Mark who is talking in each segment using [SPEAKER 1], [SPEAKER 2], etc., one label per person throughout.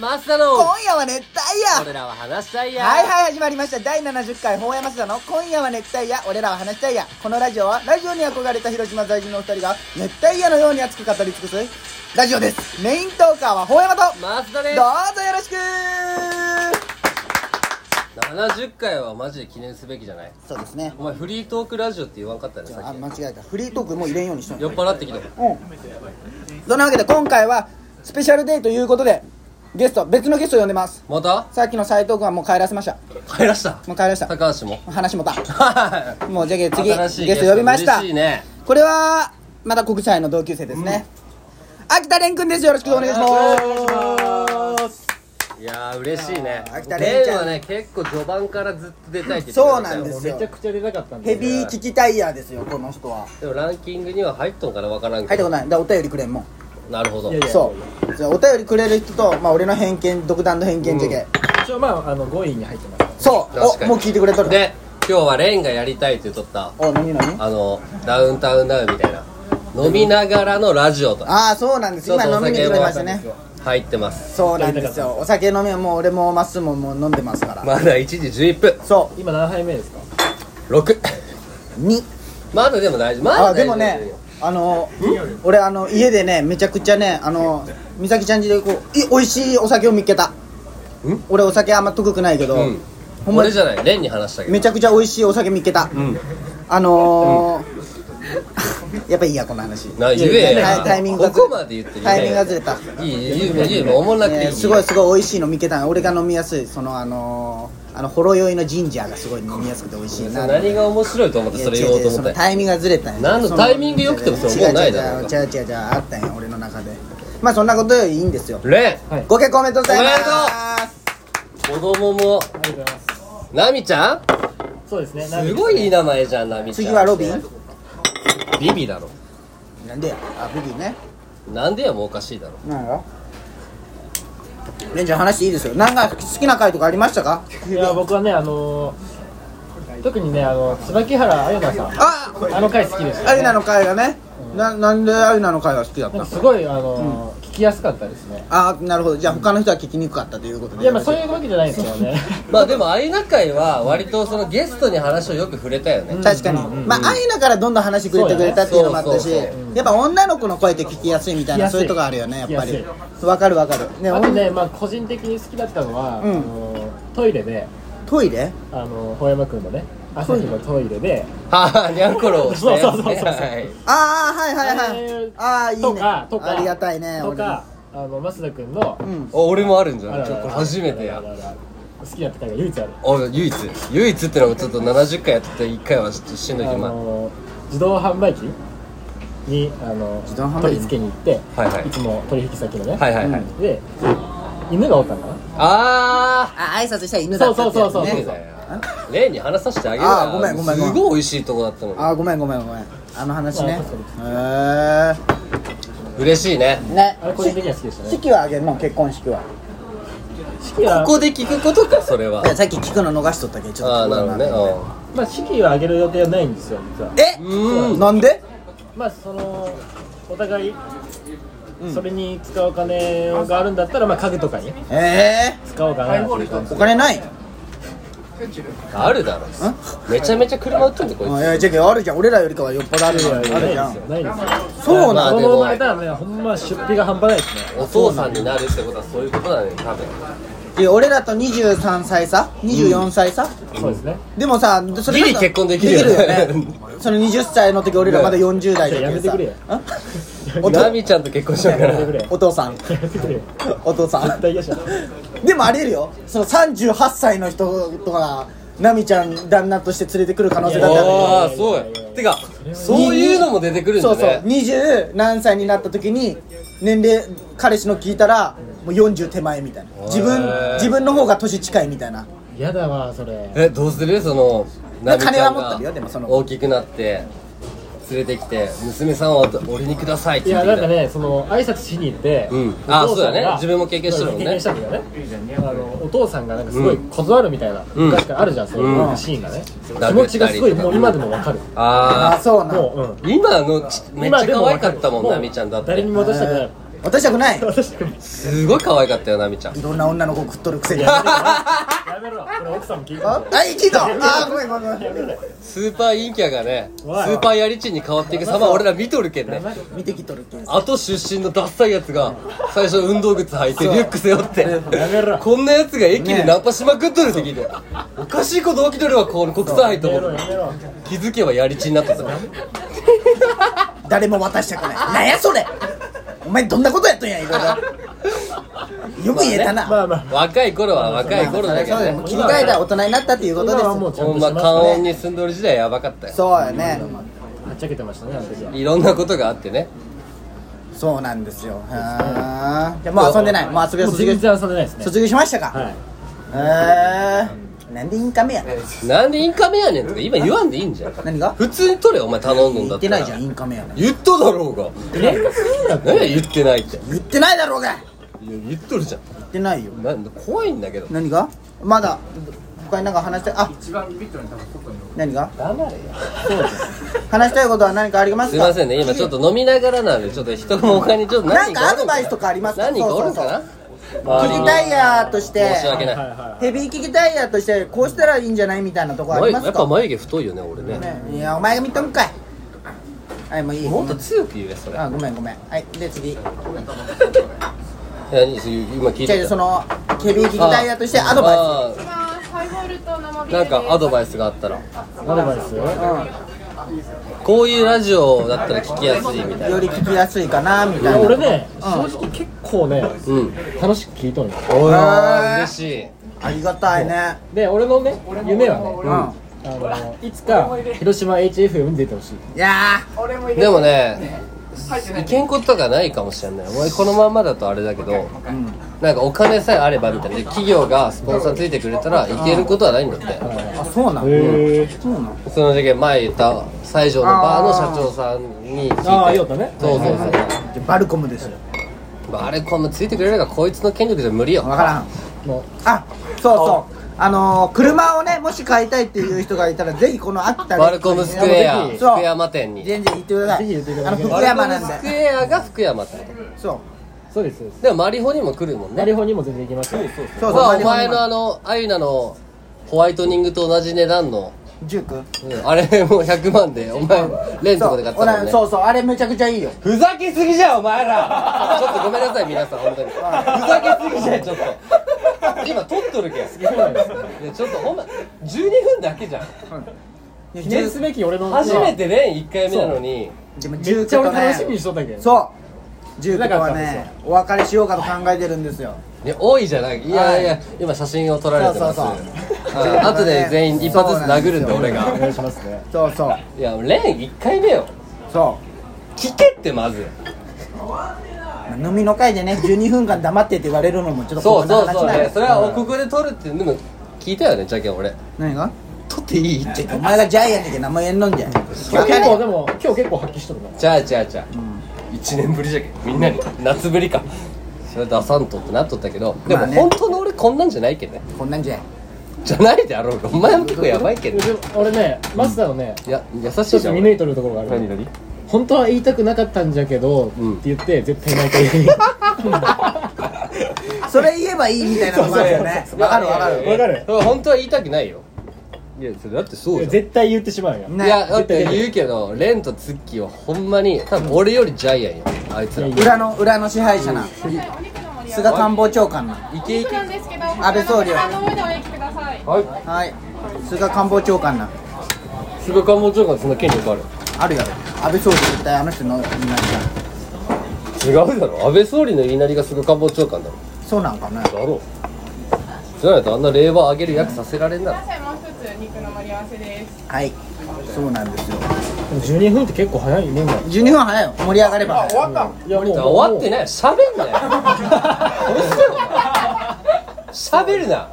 [SPEAKER 1] マスタの
[SPEAKER 2] 今夜は熱帯夜
[SPEAKER 1] 俺らは話したいや
[SPEAKER 2] はいはい始まりました第70回本山須田の「今夜は熱帯夜俺らは話したいや」このラジオはラジオに憧れた広島在住のお二人が熱帯夜のように熱く語り尽くすラジオですメイントーカーは本山とど
[SPEAKER 1] マスタ
[SPEAKER 2] う
[SPEAKER 1] です
[SPEAKER 2] ぞよろしく
[SPEAKER 1] 70回はマジで記念すべきじゃない
[SPEAKER 2] そうですね
[SPEAKER 1] お前フリートークラジオって言わんかったねさ
[SPEAKER 2] あ間
[SPEAKER 1] っ
[SPEAKER 2] 違えたフリートークもう入れんようにしとん
[SPEAKER 1] き
[SPEAKER 2] よ
[SPEAKER 1] 酔っ払ってき
[SPEAKER 2] う
[SPEAKER 1] た
[SPEAKER 2] んそんなわけで今回はスペシャルデーということでゲスト別のゲストを呼んでます
[SPEAKER 1] また
[SPEAKER 2] さっきの斎藤君はもう帰らせました
[SPEAKER 1] 帰らした
[SPEAKER 2] もう帰らせた
[SPEAKER 1] 高橋も
[SPEAKER 2] 話もた
[SPEAKER 1] は
[SPEAKER 2] もうじゃあ
[SPEAKER 1] い
[SPEAKER 2] 次
[SPEAKER 1] 新しい
[SPEAKER 2] ゲスト呼びました
[SPEAKER 1] 嬉しいね
[SPEAKER 2] これはまた国際の同級生ですね、秋田蓮くんですよろしくお願いします
[SPEAKER 1] いやー嬉しいね
[SPEAKER 2] 秋田蓮ちゃん
[SPEAKER 1] 蓮はね結構序盤からずっと出たいって言って
[SPEAKER 2] そう
[SPEAKER 1] くれ
[SPEAKER 2] な
[SPEAKER 1] たよ
[SPEAKER 2] んです
[SPEAKER 3] め
[SPEAKER 2] よ
[SPEAKER 3] ちゃくちゃ出たかったんで
[SPEAKER 2] ヘビー聞きタイヤーですよこの人は
[SPEAKER 1] でもランキングには入っとんかなわから
[SPEAKER 2] 入
[SPEAKER 1] ん
[SPEAKER 2] っ
[SPEAKER 1] け
[SPEAKER 2] てこ
[SPEAKER 1] ど
[SPEAKER 2] ないだからお便りくれんもん
[SPEAKER 1] なるほど
[SPEAKER 3] いやいや
[SPEAKER 2] そうじゃあお便りくれる人と、まあ、俺の偏見独断の偏見じゃけ、
[SPEAKER 3] 一応まああの5位に入ってます
[SPEAKER 2] そう
[SPEAKER 1] 確か
[SPEAKER 2] お
[SPEAKER 1] に
[SPEAKER 2] もう聞いてくれとる
[SPEAKER 1] で今日は蓮がやりたいって言っとった
[SPEAKER 2] お何何
[SPEAKER 1] あのダウンタウンダウンみたいな飲みながらのラジオと
[SPEAKER 2] ああそうなんです今
[SPEAKER 1] ちょっと
[SPEAKER 2] 飲みに来れました
[SPEAKER 1] お
[SPEAKER 2] ね
[SPEAKER 1] 酒も入ってます
[SPEAKER 2] そうなんですよお酒飲みはもう俺もまっすーももう飲んでますから、
[SPEAKER 1] まだ1時11分
[SPEAKER 2] そ
[SPEAKER 3] 今何杯目ですか
[SPEAKER 1] 6
[SPEAKER 2] う2
[SPEAKER 1] まだでも大丈夫まだ
[SPEAKER 2] あ
[SPEAKER 1] 大丈
[SPEAKER 2] で
[SPEAKER 1] 夫
[SPEAKER 2] もねあの俺あの家でねめちゃくちゃねあの美咲ちゃんちでこうい美味しいお酒を見っけた俺お酒あんま得くないけど、
[SPEAKER 1] うん
[SPEAKER 2] ほんま
[SPEAKER 1] 俺じゃない蓮に話したけど
[SPEAKER 2] めちゃくちゃ美味しいお酒見っけた、
[SPEAKER 1] うん
[SPEAKER 2] あのー やっぱいいやこの話
[SPEAKER 1] な言え
[SPEAKER 2] タ
[SPEAKER 1] や
[SPEAKER 2] イタイミングがず
[SPEAKER 1] ここまで言って
[SPEAKER 2] タイミングがずれた
[SPEAKER 1] いいいいいいいいおもんなくていい
[SPEAKER 2] ねすごいすごい美味しいの見っけた俺が飲みやすいそのあのーあのほろ酔いのジンジャーがすごい飲みやすくて美味しいな
[SPEAKER 1] 何が面白いと思ってそれ言おうと思
[SPEAKER 2] そ
[SPEAKER 1] った
[SPEAKER 2] の
[SPEAKER 1] んや
[SPEAKER 2] タイミングがずれたんや
[SPEAKER 1] 何のタイミング良くてもそれもうないだろ
[SPEAKER 2] 違う違う違う違う違うあったんや俺の中でまあそんなことよりいいんですよ
[SPEAKER 1] 蓮
[SPEAKER 3] はい
[SPEAKER 2] ご結婚おめでとうございます
[SPEAKER 1] 子供も
[SPEAKER 3] ありがとうございます
[SPEAKER 1] ナミちゃん
[SPEAKER 3] そうですね
[SPEAKER 1] すごいいい名前じゃんナミちゃん
[SPEAKER 2] 次はロビン
[SPEAKER 1] ビビだろ
[SPEAKER 2] なんでやあビビーね
[SPEAKER 1] なんでやもうおかしいだろ
[SPEAKER 2] なんやレンジャー話していいですよなんか好きな回とかありましたか
[SPEAKER 3] いや僕はねあのー特にねあの椿原綾菜さん
[SPEAKER 2] あ
[SPEAKER 3] あの回好きでした、
[SPEAKER 2] ア
[SPEAKER 3] ね、
[SPEAKER 2] ユナの回がねななんでアユナの回が好きだっ
[SPEAKER 3] なん
[SPEAKER 2] た
[SPEAKER 3] かすごいあのー、聞きやすかったですね
[SPEAKER 2] あなるほどじゃあ他の人は聞きにくかったということで
[SPEAKER 3] いやまあそういうわけじゃないですよね
[SPEAKER 1] まあでもあいな会は割とそのゲストに話をよく触れたよね
[SPEAKER 2] 確かに、まあ、アイナからどんどん話くれてくれたっていうのもあったし、
[SPEAKER 1] そうだね
[SPEAKER 2] やっぱ女の子の声って聞きやすいみたいな
[SPEAKER 3] 聞きやす
[SPEAKER 2] そ
[SPEAKER 3] い
[SPEAKER 2] ういうとこあるよねやっぱ
[SPEAKER 3] 聞
[SPEAKER 2] り
[SPEAKER 3] きや
[SPEAKER 2] わかるわかるね
[SPEAKER 3] あと
[SPEAKER 2] 女
[SPEAKER 3] ねまあ個人的に好きだったのは、
[SPEAKER 2] うん
[SPEAKER 3] あのートイレで
[SPEAKER 2] トイレ
[SPEAKER 3] あのー本山君のね朝日のトイレで
[SPEAKER 1] はあにゃんころをしてやつね
[SPEAKER 3] そうそうそうそ う
[SPEAKER 1] はい
[SPEAKER 2] ああはいはいはい、
[SPEAKER 3] えー
[SPEAKER 2] ああいいね
[SPEAKER 3] とかとか
[SPEAKER 2] ありがたいね
[SPEAKER 3] とかあの増田君の
[SPEAKER 2] 俺もうん
[SPEAKER 1] あ俺もあるんじゃな
[SPEAKER 3] あ
[SPEAKER 1] い
[SPEAKER 3] ら
[SPEAKER 1] ちょっ
[SPEAKER 3] ら
[SPEAKER 1] と
[SPEAKER 3] ら
[SPEAKER 1] 初めてや
[SPEAKER 3] あららら好きだった回が唯一ある
[SPEAKER 1] あ唯一唯一ってのもちょっと70回やってて1回はちょっとしん
[SPEAKER 3] あ
[SPEAKER 1] どいけどまあ
[SPEAKER 3] の自動販売機にあの
[SPEAKER 2] 自動販売機
[SPEAKER 3] 取り付けに行って、
[SPEAKER 1] はいはい
[SPEAKER 3] つも取引先のね、
[SPEAKER 1] はいはいはい
[SPEAKER 2] うん
[SPEAKER 3] で犬がおったのかな
[SPEAKER 1] あ
[SPEAKER 2] あ挨拶したら犬だったってやつね
[SPEAKER 3] そうそうそう
[SPEAKER 1] ー
[SPEAKER 3] そう
[SPEAKER 1] そうだよ例に話させてあげる
[SPEAKER 2] あーごめんごめんごめん
[SPEAKER 1] すごい美味しいとこだったの
[SPEAKER 2] ああごめんごめんごめんあの話ね
[SPEAKER 3] あそう
[SPEAKER 2] へえ
[SPEAKER 1] 嬉しいね
[SPEAKER 2] ね
[SPEAKER 3] あれ個人的には好きでしたね
[SPEAKER 2] 式はあげるの結婚式は
[SPEAKER 3] 式は
[SPEAKER 1] ここで聞くことかそれはい
[SPEAKER 2] やさっき聞くの逃しとったけどちょっと
[SPEAKER 1] ああなるほどね
[SPEAKER 3] まあ、式はあげる予定はないんですよ実は
[SPEAKER 2] え
[SPEAKER 1] うん
[SPEAKER 2] なんで
[SPEAKER 3] まあそのお互いそれに使うお金があるんだったら、まあ、家具とかに
[SPEAKER 2] ええ
[SPEAKER 3] 使おうかなっていう感じ
[SPEAKER 2] お金ない
[SPEAKER 1] うんあるだろめちゃめちゃ車売ってんでこい
[SPEAKER 2] あいやじゃけあるじゃん俺らよりかはよっぽどあるじゃんあるじゃ
[SPEAKER 3] ないですよ
[SPEAKER 2] ん
[SPEAKER 3] ないですよ
[SPEAKER 2] そう
[SPEAKER 1] ま
[SPEAKER 2] な
[SPEAKER 1] あ
[SPEAKER 2] の
[SPEAKER 3] 子
[SPEAKER 1] でも
[SPEAKER 3] 供生まれたらねほんま出費が半端ないですね
[SPEAKER 1] つお父さんになるってことはそういうことだね多分
[SPEAKER 2] で俺らと23歳差24歳差、
[SPEAKER 3] そうですね
[SPEAKER 2] でもさそれこそ
[SPEAKER 1] ギリ結婚できるよ
[SPEAKER 2] で
[SPEAKER 1] ね
[SPEAKER 2] きよねその20歳の時俺らまだ40代だけどさ
[SPEAKER 3] やめてくれよ
[SPEAKER 2] あお
[SPEAKER 1] ナ
[SPEAKER 2] と
[SPEAKER 1] ミちゃんと結婚しようか
[SPEAKER 3] やめてく
[SPEAKER 1] な
[SPEAKER 3] れ
[SPEAKER 2] お父さん
[SPEAKER 3] やめてくれよ
[SPEAKER 2] お父さ
[SPEAKER 3] 絶
[SPEAKER 2] ん
[SPEAKER 3] 対嫌じゃん
[SPEAKER 2] でもありえるよその38歳の人とかナミちゃん旦那として連れてくる可能性だってあるよ
[SPEAKER 1] ああそうやてかそういうのも出てくるん
[SPEAKER 2] そ
[SPEAKER 1] だ
[SPEAKER 2] うそう
[SPEAKER 1] ね
[SPEAKER 2] 20何歳になった時に年齢彼氏の聞いたらもう40手前みたいな自
[SPEAKER 1] へ
[SPEAKER 2] 分
[SPEAKER 1] え
[SPEAKER 2] 自分の方が年近いみたいな
[SPEAKER 3] 嫌だわそれ
[SPEAKER 1] えどうするそのナミち
[SPEAKER 2] 金
[SPEAKER 1] ゃ
[SPEAKER 2] は
[SPEAKER 1] ん
[SPEAKER 2] 持ってるよで
[SPEAKER 1] が
[SPEAKER 2] もその
[SPEAKER 1] 大きくなって連れてきて娘さんは俺にくださいって
[SPEAKER 3] い
[SPEAKER 1] 言っ
[SPEAKER 3] や
[SPEAKER 1] て
[SPEAKER 3] な
[SPEAKER 1] き
[SPEAKER 3] ん
[SPEAKER 1] た
[SPEAKER 3] かねその挨拶しに行って、
[SPEAKER 1] うん
[SPEAKER 3] お父さ
[SPEAKER 1] あ
[SPEAKER 3] んが
[SPEAKER 1] そうだね自分も経験してるもんね
[SPEAKER 3] 経験したんだよねあのお父さんがなんかすごいこぞわるみたいな、
[SPEAKER 1] うん
[SPEAKER 3] 昔からあるじゃんそういう
[SPEAKER 1] うん
[SPEAKER 3] シーンがね、
[SPEAKER 1] たり
[SPEAKER 3] 気持ちがすごいもう今でもわかる
[SPEAKER 1] あ
[SPEAKER 2] あ
[SPEAKER 1] あ
[SPEAKER 2] そうな
[SPEAKER 3] も
[SPEAKER 2] の
[SPEAKER 3] う、うん、
[SPEAKER 1] 今のちめっちゃ
[SPEAKER 3] 今でも
[SPEAKER 1] 可
[SPEAKER 3] わ
[SPEAKER 1] 愛
[SPEAKER 3] る
[SPEAKER 1] かったもん
[SPEAKER 3] う
[SPEAKER 1] ナミちゃんだって
[SPEAKER 3] 誰にも渡したくない
[SPEAKER 2] 渡したくないい
[SPEAKER 3] 私や
[SPEAKER 1] すごい可愛かったよ、ナミちゃん。
[SPEAKER 2] ろんな女の子食っとるくせにあ
[SPEAKER 3] めろこれ奥さんも聞いてる
[SPEAKER 2] あ聞いたあーごめんごめんごめん
[SPEAKER 1] スーパー陰キャがね、ス
[SPEAKER 3] おい
[SPEAKER 1] ーパーヤリチンに変わっていく様、俺ら見とるけんね。
[SPEAKER 2] 見てきとるけん
[SPEAKER 1] あと出身のダッサいやつが、最初運動靴履いてリュック背負って。
[SPEAKER 3] やめろ
[SPEAKER 1] こんなやつが駅でナンパしまくっとる時に、おかしいこと起きとるわ、この国際杯と
[SPEAKER 3] やめ
[SPEAKER 1] 思
[SPEAKER 3] ろ
[SPEAKER 1] って。
[SPEAKER 3] やめろ
[SPEAKER 1] 気づけばヤリチンになってたぞ。
[SPEAKER 2] 誰も渡したくないなんやそれお前どんなことやっとんやいろいろよく言えたな、
[SPEAKER 3] まあまあ
[SPEAKER 1] 若い頃は若い頃だけど
[SPEAKER 2] そうだよ
[SPEAKER 1] ね
[SPEAKER 2] もう。切り替えた大人になったっていうこと
[SPEAKER 3] 今
[SPEAKER 2] です
[SPEAKER 3] はもうちゃん
[SPEAKER 1] ほ
[SPEAKER 3] と
[SPEAKER 1] ん
[SPEAKER 3] し
[SPEAKER 1] ま、
[SPEAKER 3] てます
[SPEAKER 1] 関音に住んどる時代やばかったよ。
[SPEAKER 2] そうやね
[SPEAKER 3] はっちゃけてましたねあの時はい
[SPEAKER 1] ろんなことがあってね。
[SPEAKER 2] そうなんですよへーじゃあもう遊んでないもう遊び
[SPEAKER 3] もう
[SPEAKER 2] 卒業
[SPEAKER 3] 全然遊んでないですね
[SPEAKER 2] 卒業しましたか、
[SPEAKER 3] はい
[SPEAKER 2] へえなんでインカメやねん
[SPEAKER 1] なんでインカメやねんとか今言わんでいいんじゃん。
[SPEAKER 2] 何が
[SPEAKER 1] 普通に取れよ、お前頼んのん
[SPEAKER 2] 言
[SPEAKER 1] だ
[SPEAKER 2] っ
[SPEAKER 1] ってた
[SPEAKER 2] な
[SPEAKER 1] ら
[SPEAKER 2] いじゃんインカメやねん
[SPEAKER 1] 言っただろうが何や言ってないっていや
[SPEAKER 2] 言ってないだろうが
[SPEAKER 1] 言っとるじゃん
[SPEAKER 2] 言ってないよ
[SPEAKER 1] なんだ怖いんだけど
[SPEAKER 2] 何がまだ他になんか話したいあ一番ビビットに多分外に何が
[SPEAKER 1] 黙れよ
[SPEAKER 2] 話したいことは何かありますす
[SPEAKER 1] い
[SPEAKER 2] か
[SPEAKER 1] ませんね今ちょっと飲みながらなんでちょっと人も他にちょっと
[SPEAKER 2] なん
[SPEAKER 1] 何人
[SPEAKER 2] かア
[SPEAKER 1] かおる
[SPEAKER 2] ド
[SPEAKER 1] んか
[SPEAKER 2] バイ
[SPEAKER 1] な
[SPEAKER 2] スとかありますか
[SPEAKER 1] 何人かおるんかな
[SPEAKER 2] そうそう
[SPEAKER 1] 周
[SPEAKER 2] 聞
[SPEAKER 1] り
[SPEAKER 2] き
[SPEAKER 1] に
[SPEAKER 2] タイヤーとして
[SPEAKER 1] 申し訳ない
[SPEAKER 3] はいは
[SPEAKER 2] ヘビー聞きタイヤーとしてこうしたらいいんじゃないみたいなとこあ
[SPEAKER 1] 眉
[SPEAKER 2] り
[SPEAKER 1] や
[SPEAKER 2] ます
[SPEAKER 1] っぱ
[SPEAKER 2] か
[SPEAKER 1] 眉毛太いよね俺ね
[SPEAKER 2] ねいやお前が見とんかいはいもういい
[SPEAKER 1] もっと強く言えそれ
[SPEAKER 2] あごめんごめんはいで次
[SPEAKER 1] 何そういう今聞い
[SPEAKER 2] じ
[SPEAKER 1] て
[SPEAKER 2] ゃあ
[SPEAKER 1] た
[SPEAKER 2] そのヘビー聞きタイヤーとしてアドバイス
[SPEAKER 1] バイ
[SPEAKER 4] ハイボールと生ビール
[SPEAKER 1] なんかアド
[SPEAKER 4] イ
[SPEAKER 1] バイスがあったら
[SPEAKER 3] いアドバイス
[SPEAKER 1] こういうラジオだったら聞きやすいみたいな
[SPEAKER 2] より聞きやすいかなみたいな
[SPEAKER 3] 俺ね正直結構ね
[SPEAKER 1] うん
[SPEAKER 3] 楽しく聞いとんよ
[SPEAKER 1] お
[SPEAKER 2] ー
[SPEAKER 1] 嬉しい
[SPEAKER 2] ありがたいね
[SPEAKER 3] で俺のね夢は
[SPEAKER 2] う
[SPEAKER 3] ね
[SPEAKER 2] ん
[SPEAKER 3] あのいつか広島 HFM に出てほしい
[SPEAKER 2] いや
[SPEAKER 1] でもねいけんことがないかもしれない俺このまんまだとあれだけど
[SPEAKER 2] ーうん
[SPEAKER 1] なんかお金さえあればみたいなで企業がスポンサーついてくれたらいけることはないんだって
[SPEAKER 2] あそうなん
[SPEAKER 3] へえ
[SPEAKER 2] そうなん
[SPEAKER 1] その時前言った西条のバーの社長さんに聞いて
[SPEAKER 3] ああ言おうたね
[SPEAKER 1] そうそうそう
[SPEAKER 2] じゃあバルコムですよ
[SPEAKER 1] あれこんなついてくれるがこいつの権力じゃ無理よ
[SPEAKER 2] わからん
[SPEAKER 3] もう
[SPEAKER 2] あそうそうあのー、車をねもし買いたいっていう人がいたらぜひこの秋田
[SPEAKER 1] バルコムスクエア
[SPEAKER 3] ぜひ
[SPEAKER 1] 福山店に
[SPEAKER 2] 全然行ってくださ
[SPEAKER 3] ぜひ言ってく
[SPEAKER 2] い
[SPEAKER 3] だ
[SPEAKER 2] あ
[SPEAKER 3] さ
[SPEAKER 2] の
[SPEAKER 3] い
[SPEAKER 2] 福
[SPEAKER 1] バルコ
[SPEAKER 2] 山な
[SPEAKER 1] ム
[SPEAKER 2] ん
[SPEAKER 1] スク
[SPEAKER 2] で
[SPEAKER 1] エアが福山店
[SPEAKER 2] そう
[SPEAKER 3] そうですそうです
[SPEAKER 1] でもマリホにも来るもん
[SPEAKER 3] なり
[SPEAKER 1] ね
[SPEAKER 3] ほにも全然行きますよ
[SPEAKER 2] そうそう
[SPEAKER 1] まあお前のあのアイナのホワイトニングと同じ値段の
[SPEAKER 2] 19
[SPEAKER 1] うんあれもう100万でお前レンと
[SPEAKER 2] そ
[SPEAKER 1] か
[SPEAKER 2] う
[SPEAKER 1] で買ったもん
[SPEAKER 2] 俺
[SPEAKER 1] ね
[SPEAKER 2] そうそうあれめちゃくちゃいいよ
[SPEAKER 1] ふざけすぎじゃんお前らちょっとごめんなさい皆さん本当にふざけすぎじゃんちょっと今撮っとるけん
[SPEAKER 3] そうなんですよ
[SPEAKER 1] いやちょっとほんま12分だけじゃん
[SPEAKER 3] 記念すべき俺の
[SPEAKER 1] 初めてレン1回目なのに
[SPEAKER 2] でも
[SPEAKER 3] めっちゃ
[SPEAKER 2] 19
[SPEAKER 3] 俺
[SPEAKER 2] と
[SPEAKER 3] 楽しみに
[SPEAKER 2] ね
[SPEAKER 3] しとったけん
[SPEAKER 2] そう19
[SPEAKER 3] なか
[SPEAKER 2] は
[SPEAKER 3] ったんですよ
[SPEAKER 2] ねお別れしようかと考えてるんですよ
[SPEAKER 1] いや多いじゃないいやいや今写真を撮られてます
[SPEAKER 2] そうそうそう
[SPEAKER 1] あ後で全員一発ずつ殴るんで
[SPEAKER 2] そうなん
[SPEAKER 1] 俺
[SPEAKER 2] ですよ
[SPEAKER 3] お
[SPEAKER 1] が
[SPEAKER 3] 願いしますね
[SPEAKER 2] そうそう
[SPEAKER 1] いやレン1回目よ
[SPEAKER 2] そ
[SPEAKER 1] 聞けってまず
[SPEAKER 2] うまあ飲みの会でね12分間黙ってって言われるのもちょっと
[SPEAKER 1] そうそう
[SPEAKER 2] な
[SPEAKER 1] そう
[SPEAKER 2] なん
[SPEAKER 1] ね
[SPEAKER 2] で
[SPEAKER 1] それはここで撮るってでも聞いたよねじゃけん俺
[SPEAKER 2] 何が
[SPEAKER 1] 撮っていいって
[SPEAKER 2] お前がジャイアンだけど名前言えんのんじゃん
[SPEAKER 3] 今日結構でも今日結構発揮しとるな
[SPEAKER 1] じゃあじゃあじゃあ、1年ぶりじゃけんみんなに夏ぶりかそれ出さんとってなっとったけどで
[SPEAKER 2] ま
[SPEAKER 1] も
[SPEAKER 2] あね
[SPEAKER 1] 本当の俺こんなんじゃないけんね
[SPEAKER 2] こんなんじゃん
[SPEAKER 1] じゃないであろうがお前も結構やばいけど
[SPEAKER 3] でも俺ねマスターのね
[SPEAKER 1] いや優し
[SPEAKER 3] ちょ
[SPEAKER 1] い
[SPEAKER 3] っ
[SPEAKER 1] じゃ
[SPEAKER 3] と
[SPEAKER 1] ん
[SPEAKER 3] 見抜いとるところがある
[SPEAKER 1] 何
[SPEAKER 3] 本当は言いたくなかったんじゃけどって
[SPEAKER 1] うん
[SPEAKER 3] 言って絶対毎回 言う
[SPEAKER 2] それ言えばいいみたいなのもあるよねわかるわかる
[SPEAKER 3] わかる
[SPEAKER 1] 本当は言いたくないよいやそれだってそ
[SPEAKER 3] いや絶対言ってしまうよ
[SPEAKER 1] い
[SPEAKER 2] ね
[SPEAKER 1] やだって言うけどレンとツッキーはほんまに多分俺よりジャイアンよあいつら
[SPEAKER 3] いやい
[SPEAKER 2] 裏の裏の支配者な
[SPEAKER 4] お肉の盛り合わ
[SPEAKER 2] 菅官房長官な
[SPEAKER 1] イ
[SPEAKER 4] せ
[SPEAKER 1] ケ
[SPEAKER 4] お
[SPEAKER 1] イケ
[SPEAKER 4] 肉なんですけど
[SPEAKER 2] 安倍総理は
[SPEAKER 4] あの上でお焼きください
[SPEAKER 1] は
[SPEAKER 2] はい菅官房長官ない
[SPEAKER 1] 菅官房長官そんな権力ある
[SPEAKER 2] あるやろ安倍総理絶対あの人のみんなじゃ
[SPEAKER 1] 違うだろ安倍総理の言いなりが菅官房長官だろ
[SPEAKER 2] んそうなんかな
[SPEAKER 1] だろうじゃないとあんな令和上げる役させられんだろ
[SPEAKER 4] 野菜もう一つ肉の盛り合わせです
[SPEAKER 2] はいそうなんですよ
[SPEAKER 3] でも12分って結構早いもんだよ
[SPEAKER 2] 12分早いよ盛り上がれば終わった
[SPEAKER 3] いやもう
[SPEAKER 1] 終わって
[SPEAKER 3] い
[SPEAKER 1] ない喋んなよどうしたの喋るな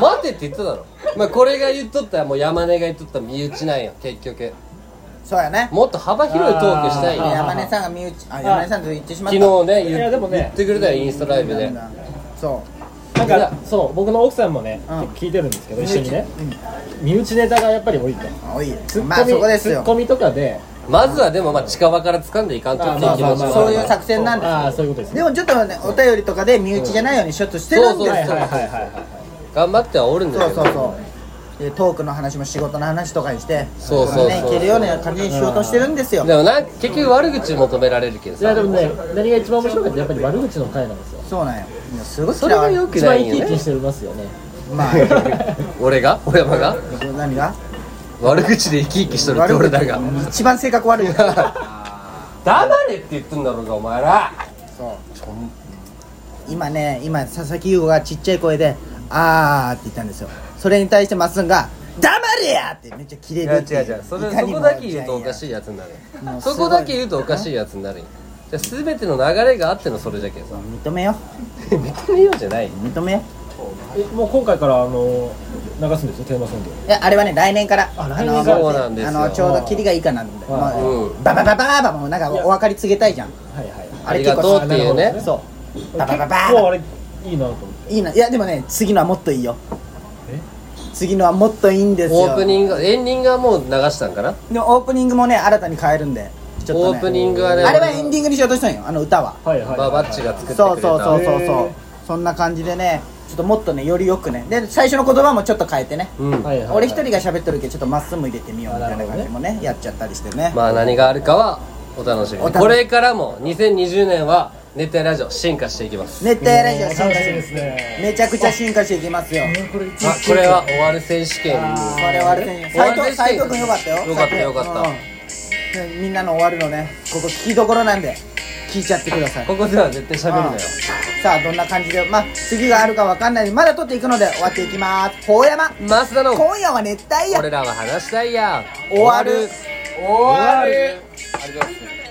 [SPEAKER 1] 待てって言っただろまあこれが言っとったらもう山根が言っとったら身内なんよ結局
[SPEAKER 2] そうやね
[SPEAKER 1] もっと幅広いトークしたい
[SPEAKER 3] あー
[SPEAKER 1] よ
[SPEAKER 2] 山根さんが身内あ山根さんと言ってしまっ
[SPEAKER 1] 昨
[SPEAKER 2] た
[SPEAKER 1] 日ね言
[SPEAKER 3] いやでもね
[SPEAKER 1] 言ってくれたよインスタライブで
[SPEAKER 2] なんだそ
[SPEAKER 3] なんかそう僕の奥さんもね
[SPEAKER 2] うん
[SPEAKER 3] 聞いてるんですけど
[SPEAKER 2] う
[SPEAKER 3] 一緒にね
[SPEAKER 2] うん
[SPEAKER 3] 身内ネタがやっぱり多いと
[SPEAKER 2] あ多いよ
[SPEAKER 3] ツッコミ
[SPEAKER 2] まあそこです
[SPEAKER 3] ツッ
[SPEAKER 2] よ
[SPEAKER 3] コミとかで
[SPEAKER 1] まずはでもまあ近場から掴んでいかんとっていう気持ち
[SPEAKER 3] まあまあまあまあ
[SPEAKER 1] も
[SPEAKER 2] そういう作戦なんです
[SPEAKER 3] ああそういうことです
[SPEAKER 2] で
[SPEAKER 3] ね
[SPEAKER 2] もちょっとねお便りとかで身内じゃないように処置してるんですよ
[SPEAKER 1] そう
[SPEAKER 3] はい
[SPEAKER 1] そ
[SPEAKER 3] は
[SPEAKER 1] うそ
[SPEAKER 3] い
[SPEAKER 1] う
[SPEAKER 3] はいはいはい
[SPEAKER 1] 頑張ってはおるんだ
[SPEAKER 2] そう
[SPEAKER 1] け
[SPEAKER 2] そ
[SPEAKER 1] ど
[SPEAKER 2] うそうでトークの話も仕事の話とかにして
[SPEAKER 1] そうそうそう
[SPEAKER 2] ねいけるような感じにしようとしてるんですよ
[SPEAKER 1] でもな結局悪口求められるけど
[SPEAKER 3] いや
[SPEAKER 1] さ
[SPEAKER 3] でもね何が一番面白いかってやっぱり悪口の回なんですよ
[SPEAKER 2] そうなんよいやすごい
[SPEAKER 1] それが
[SPEAKER 2] よ
[SPEAKER 1] よく
[SPEAKER 3] 一
[SPEAKER 1] な
[SPEAKER 3] 番
[SPEAKER 1] い
[SPEAKER 3] 生
[SPEAKER 1] よ
[SPEAKER 3] き生き
[SPEAKER 1] ね
[SPEAKER 3] してま すよね
[SPEAKER 2] まあ
[SPEAKER 1] 俺が小山が
[SPEAKER 2] 何が
[SPEAKER 1] 悪口で生き生きしとるって俺だ が
[SPEAKER 2] 悪い一番性格悪い
[SPEAKER 1] 黙れって言ってんだろうがお前ら
[SPEAKER 2] そう今ね今佐々木優吾がちっちゃい声で「あー」って言ったんですよそれに対してマッスンが「黙れや!」ってめっちゃキ
[SPEAKER 1] い
[SPEAKER 2] レる
[SPEAKER 1] や違
[SPEAKER 2] っ
[SPEAKER 1] う
[SPEAKER 2] ていう
[SPEAKER 1] 違うそれ
[SPEAKER 2] いか
[SPEAKER 1] そ
[SPEAKER 2] にも
[SPEAKER 1] こだけ言うとおかし
[SPEAKER 2] い
[SPEAKER 1] いやつになる
[SPEAKER 2] もうすごい
[SPEAKER 1] そこだけ言うとおかしいやつになるよじゃあ全ての流れがあってのそれじゃけんさ
[SPEAKER 2] 認めよ
[SPEAKER 1] 認めようじゃないよ
[SPEAKER 2] う認めよう
[SPEAKER 3] えもう今回からあの流すんですよテーマソング
[SPEAKER 2] いやあれはね来年から
[SPEAKER 3] あ来年
[SPEAKER 1] から
[SPEAKER 2] の
[SPEAKER 1] そうなんですよ
[SPEAKER 2] あのちょうどキリがいいかなと思って、
[SPEAKER 3] はい
[SPEAKER 2] まあ
[SPEAKER 1] うん
[SPEAKER 2] ババババーバもなんかお分かり告げたいじゃん
[SPEAKER 3] はいはい
[SPEAKER 1] ありがとうっていう
[SPEAKER 3] あれ
[SPEAKER 1] ね
[SPEAKER 3] 結構
[SPEAKER 2] そうババババ
[SPEAKER 3] 結
[SPEAKER 2] ー
[SPEAKER 3] 構あ
[SPEAKER 2] バ
[SPEAKER 3] れいいなと思って
[SPEAKER 2] いいないやでもね次のはもっといいよ
[SPEAKER 3] え
[SPEAKER 2] 次のはもっといいんですよ
[SPEAKER 1] オープニングエンディングはもう流したんかな
[SPEAKER 2] でもオープニングもね新たに変えるんでちょっと、ね、
[SPEAKER 1] オープニングはね
[SPEAKER 2] あれはエンディングにしようとしたんよあの歌は
[SPEAKER 3] はいはいはい
[SPEAKER 1] ババッチが作ってくれた
[SPEAKER 2] そうそうそうそう
[SPEAKER 3] へ
[SPEAKER 2] そ
[SPEAKER 3] ー
[SPEAKER 2] うそんな感じでねちょっともっとねよりよくねで最初の言葉もちょっと変えてね、
[SPEAKER 1] うん
[SPEAKER 3] はいはいはい
[SPEAKER 2] 俺一人が喋っとるけどちょっとまっすぐ入れてみようみたいな感じもねやっちゃったりしてね、
[SPEAKER 1] まあ何があるかはお楽しみ
[SPEAKER 2] お
[SPEAKER 1] に
[SPEAKER 2] 楽しみ
[SPEAKER 1] これからも2020年は熱帯ラジオ進化していきます
[SPEAKER 2] 熱帯ラジオ進化
[SPEAKER 3] 楽し
[SPEAKER 2] し
[SPEAKER 3] み
[SPEAKER 2] て
[SPEAKER 3] ですね
[SPEAKER 2] めちゃくちゃ進化していきますよ
[SPEAKER 3] これ
[SPEAKER 1] まあこれは終わる選手権
[SPEAKER 2] これはあれね斎藤斎藤君よかったよ
[SPEAKER 1] よかったよかった
[SPEAKER 2] た、うんみんなの終わるのねここ聞きどころなんで聞いちゃってください
[SPEAKER 1] ここでは絶対喋るのよ
[SPEAKER 2] さあどんな感じでまあ次があるかわかんないんでまだ撮っていくので終わっていきます大山
[SPEAKER 1] 増田の
[SPEAKER 2] 今夜は熱帯夜
[SPEAKER 1] 俺らは話したいや
[SPEAKER 2] 終わる
[SPEAKER 1] 終わる
[SPEAKER 4] ありがとうございます。